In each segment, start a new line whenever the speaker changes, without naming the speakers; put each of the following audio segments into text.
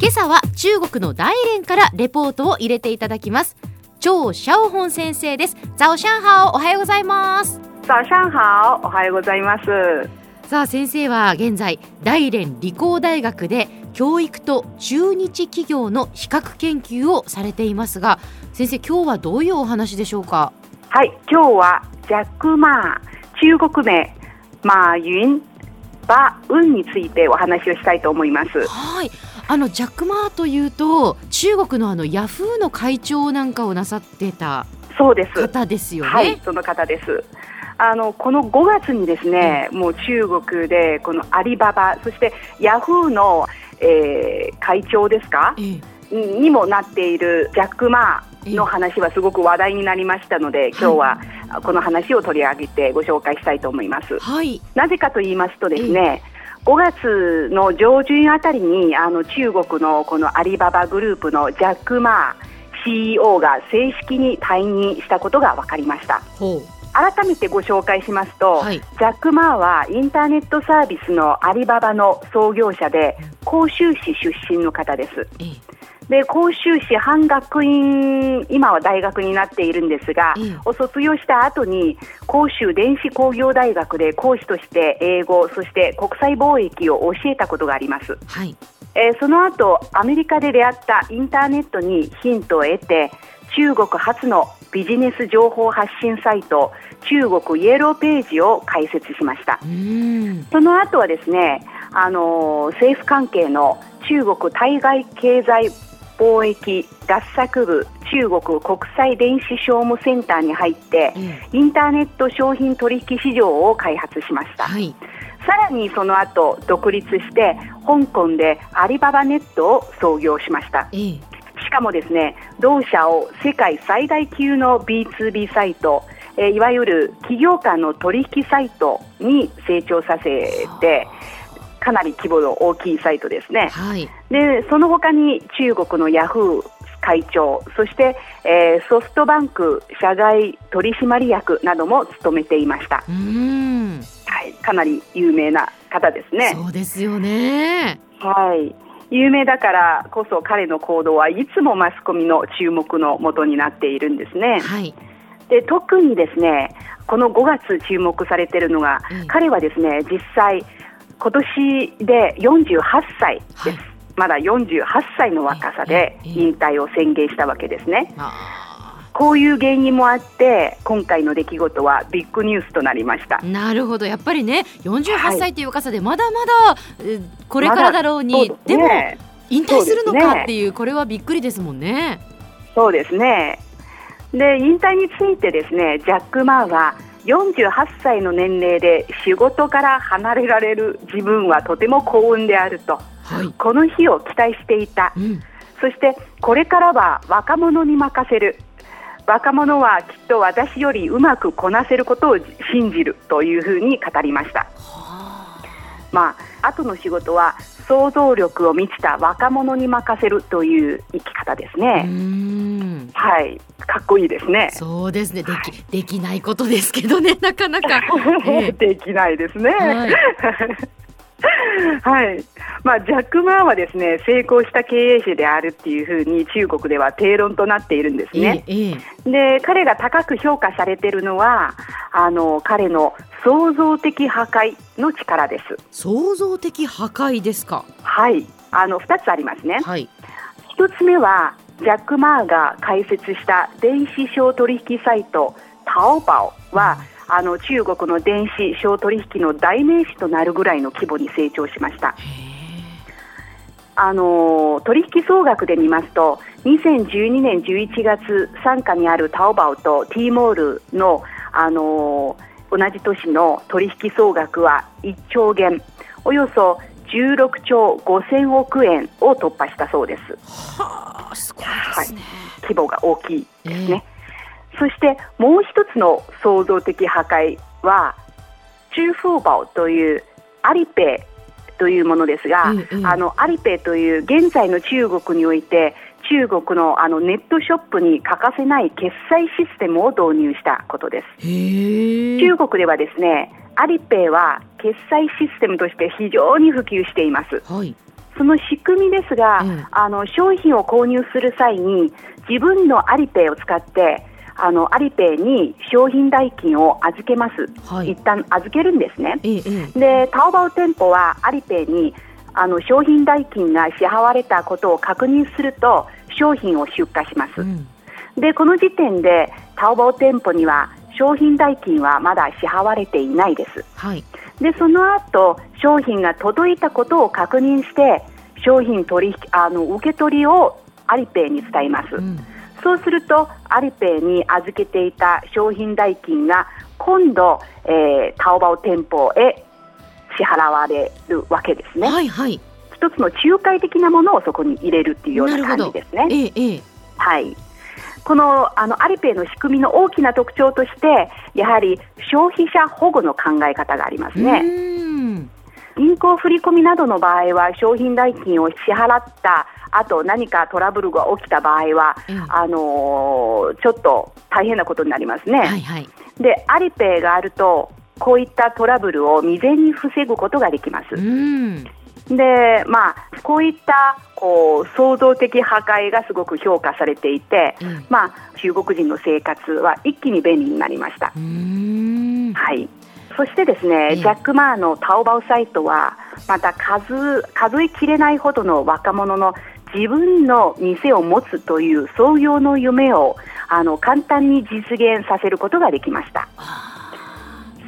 今朝は中国の大連からレポートを入れていただきます張シャオホン先生ですザオシャンハオおはようございます
早上好、おはようございます。
さあ先生は現在大連理工大学で教育と中日企業の比較研究をされていますが先生今日はどういうお話でしょうか
はい、今日はジャック・マー、中国名、馬雲、馬雲についてお話をしたいと思います。
はいあのジャック・マーというと中国のあのヤフーの会長なんかをなさってた
そうです。
方ですよね、
はい、その方です。あのこの5月にですね、もう中国でこのアリババ、そしてヤフーの、えー会長ですか
ええ
にもなっているジャック・マーの話はすごく話題になりましたので、今日はこの話を取り上げてご紹介したいと思います。
はい
なぜかと言いますとですね、5月の上旬あたりにあの中国のこのアリババグループのジャック・マー CEO が正式に退任したことが分かりました
ほ
改めてご紹介しますと、
うはい
ジャック・マーはインターネットサービスのアリババの創業者で広州市出身の方です
ええ
で広州師範学院今は大学になっているんですが、
うん
お卒業した後に広州電子工業大学で講師として英語そして国際貿易を教えたことがあります、
はい
えーその後アメリカで出会ったインターネットにヒントを得て中国初のビジネス情報発信サイト中国イエローページを開設しました
うーん
その後はですね、あのー政府関係の中国対外経済貿易合作部中国国際電子商務センターに入って
ええ
インターネット商品取引市場を開発しました
はい
さらにその後独立して香港でアリババネットを創業しました
ええ
しかもですね同社を世界最大級の B2B サイトえーいわゆる企業間の取引サイトに成長させてかなり規模の大きいサイトですね
はい
でその他に中国のヤフー会長そして、えーソフトバンク社外取締役なども務めていました、
うーん
はい、かなり有名な方ですね
そうですよね
はい有名だからこそ彼の行動はいつもマスコミの注目のもとになっているんですね。
はい
で特にですねこの5月注目されているのが、
うん
彼はですね実際今年で48歳です、
はい
まだ48歳の若さで
ええええ
引退を宣言したわけですね
あ
こういう原因もあって今回の出来事はビッグニュースとなりました
ーなるほどやっぱりね48
は
歳という若さでまだまだ、えーこれからだろうに
まだそう
ですも
ね
引退するの
そうです
か
ね
っていうこれはびっくりですもんね。
そうですね。で、引退についてですね、ジャック・マーは、48歳の年齢で仕事から離れられる自分はとても幸運であると、
はい、
この日を期待していた
う、ん、
そしてこれからは若者に任せる、若者はきっと私よりうまくこなせることを信じるというふうに語りました。まあ、後の仕事は想像力を満ちた若者に任せるという生き方です
うー
ね。
ん
はい、かっこいいですね。
そうですねできできないことですけどね なかなか。え
できないですね。
え
は
はい
い、 まあ、ジャック・マーはですね成功した経営者であるっていうふうに中国では定論となっているんです
え
ね。
えええ
で彼が高く評価されているのはあの彼の創造的破壊の力です。
創造的破壊ですか。
はいあの2つありますね。
はい。
一つ目はジャック・マーが開設した電子商取引サイトタオパオはあの中国の電子商取引の代名詞となるぐらいの規模に成長しました、あのー取引総額で見ますと2012年11月傘下にあるタオバオと T モールの、あのー同じ年の取引総額は1兆元およそ16兆5000億円を突破したそうです
はあすごいですね。
規模が大きい
え
ですね。そしてもう一つの創造的破壊は中風宝というアリペイというものですが、
うんうん
あのアリペイという現在の中国において中国のあのネットショップに欠かせない決済システムを導入したことです。
へえ。
中国ではですね、アリペイは決済システムとして非常に普及しています。
はい。
その仕組みですが、
うん
あの商品を購入する際に自分のアリペイを使ってあのアリペイに商品代金を預けます、
はい
一旦預けるんですね
ええええ
でタオバオ店舗はアリペイにあの商品代金が支払われたことを確認すると商品を出荷します、
うん
でこの時点でタオバオ店舗には商品代金はまだ支払われていないです
はい
でその後商品が届いたことを確認して商品取引あの受け取りをアリペイに伝えます、
うん
そうするとアリペイに預けていた商品代金が今度、えー、タオバオ店舗へ支払われるわけですね、
はいはい
一つの仲介的なものをそこに入れるっていうような
なる
感
ほ
じ
ど
ですね
ええええ
はい、このあのアリペイの仕組みの大きな特徴としてやはり消費者保護の考え方があります
う
ね、
ーん
銀行振込などの場合は商品代金を支払ったあと何かトラブルが起きた場合は
ええ
あのーちょっと大変なことになりますね、
はいはい
でアリペイがあるとこういったトラブルを未然に防ぐことができま
う
す
ーん
でまあこういったこう創造的破壊がすごく評価されていて、
ええう
まあ、中国人の生活は一気に便利になりました、
ーん
はい、そしてですね、
ええ
ジャック・マーのタオバオサイトはまた数数えきれないほどの若者の自分の店を持つという創業の夢をあの簡単に実現させることができました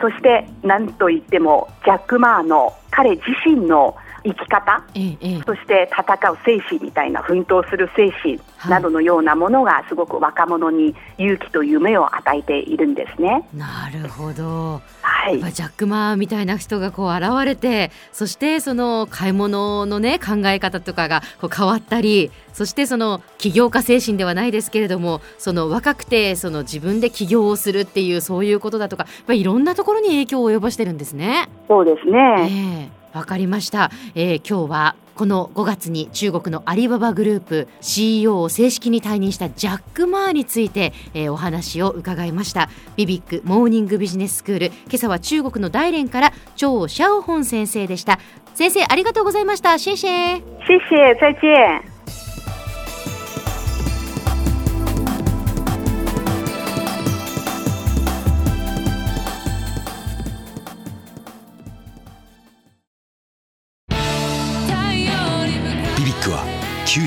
そしてなんといってもジャック・マーの彼自身の生き方
ええええ
そして戦う精神みたいな奮闘する精神などのようなものがすごく若者に勇気と夢を与えているんですね。
なるほど
は
やっ
い
ぱ、ジャック・マーみたいな人がこう現れてそしてその買い物のね考え方とかがこう変わったりそしてその起業家精神ではないですけれどもその若くてその自分で起業をするっていうそういうことだとかやっぱりいろんなところに影響を及ぼしてるんですね。
そうですね。
ええわかりました、えー今日はこの5月に中国のアリババグループ CEO を正式に退任したジャック・マーについて、えーお話を伺いましたビビックモーニングビジネススクール今朝は中国の大連から張シャオホン先生でした先生ありがとうございましたシェシェ
シェシェ、再见。
ビビックは九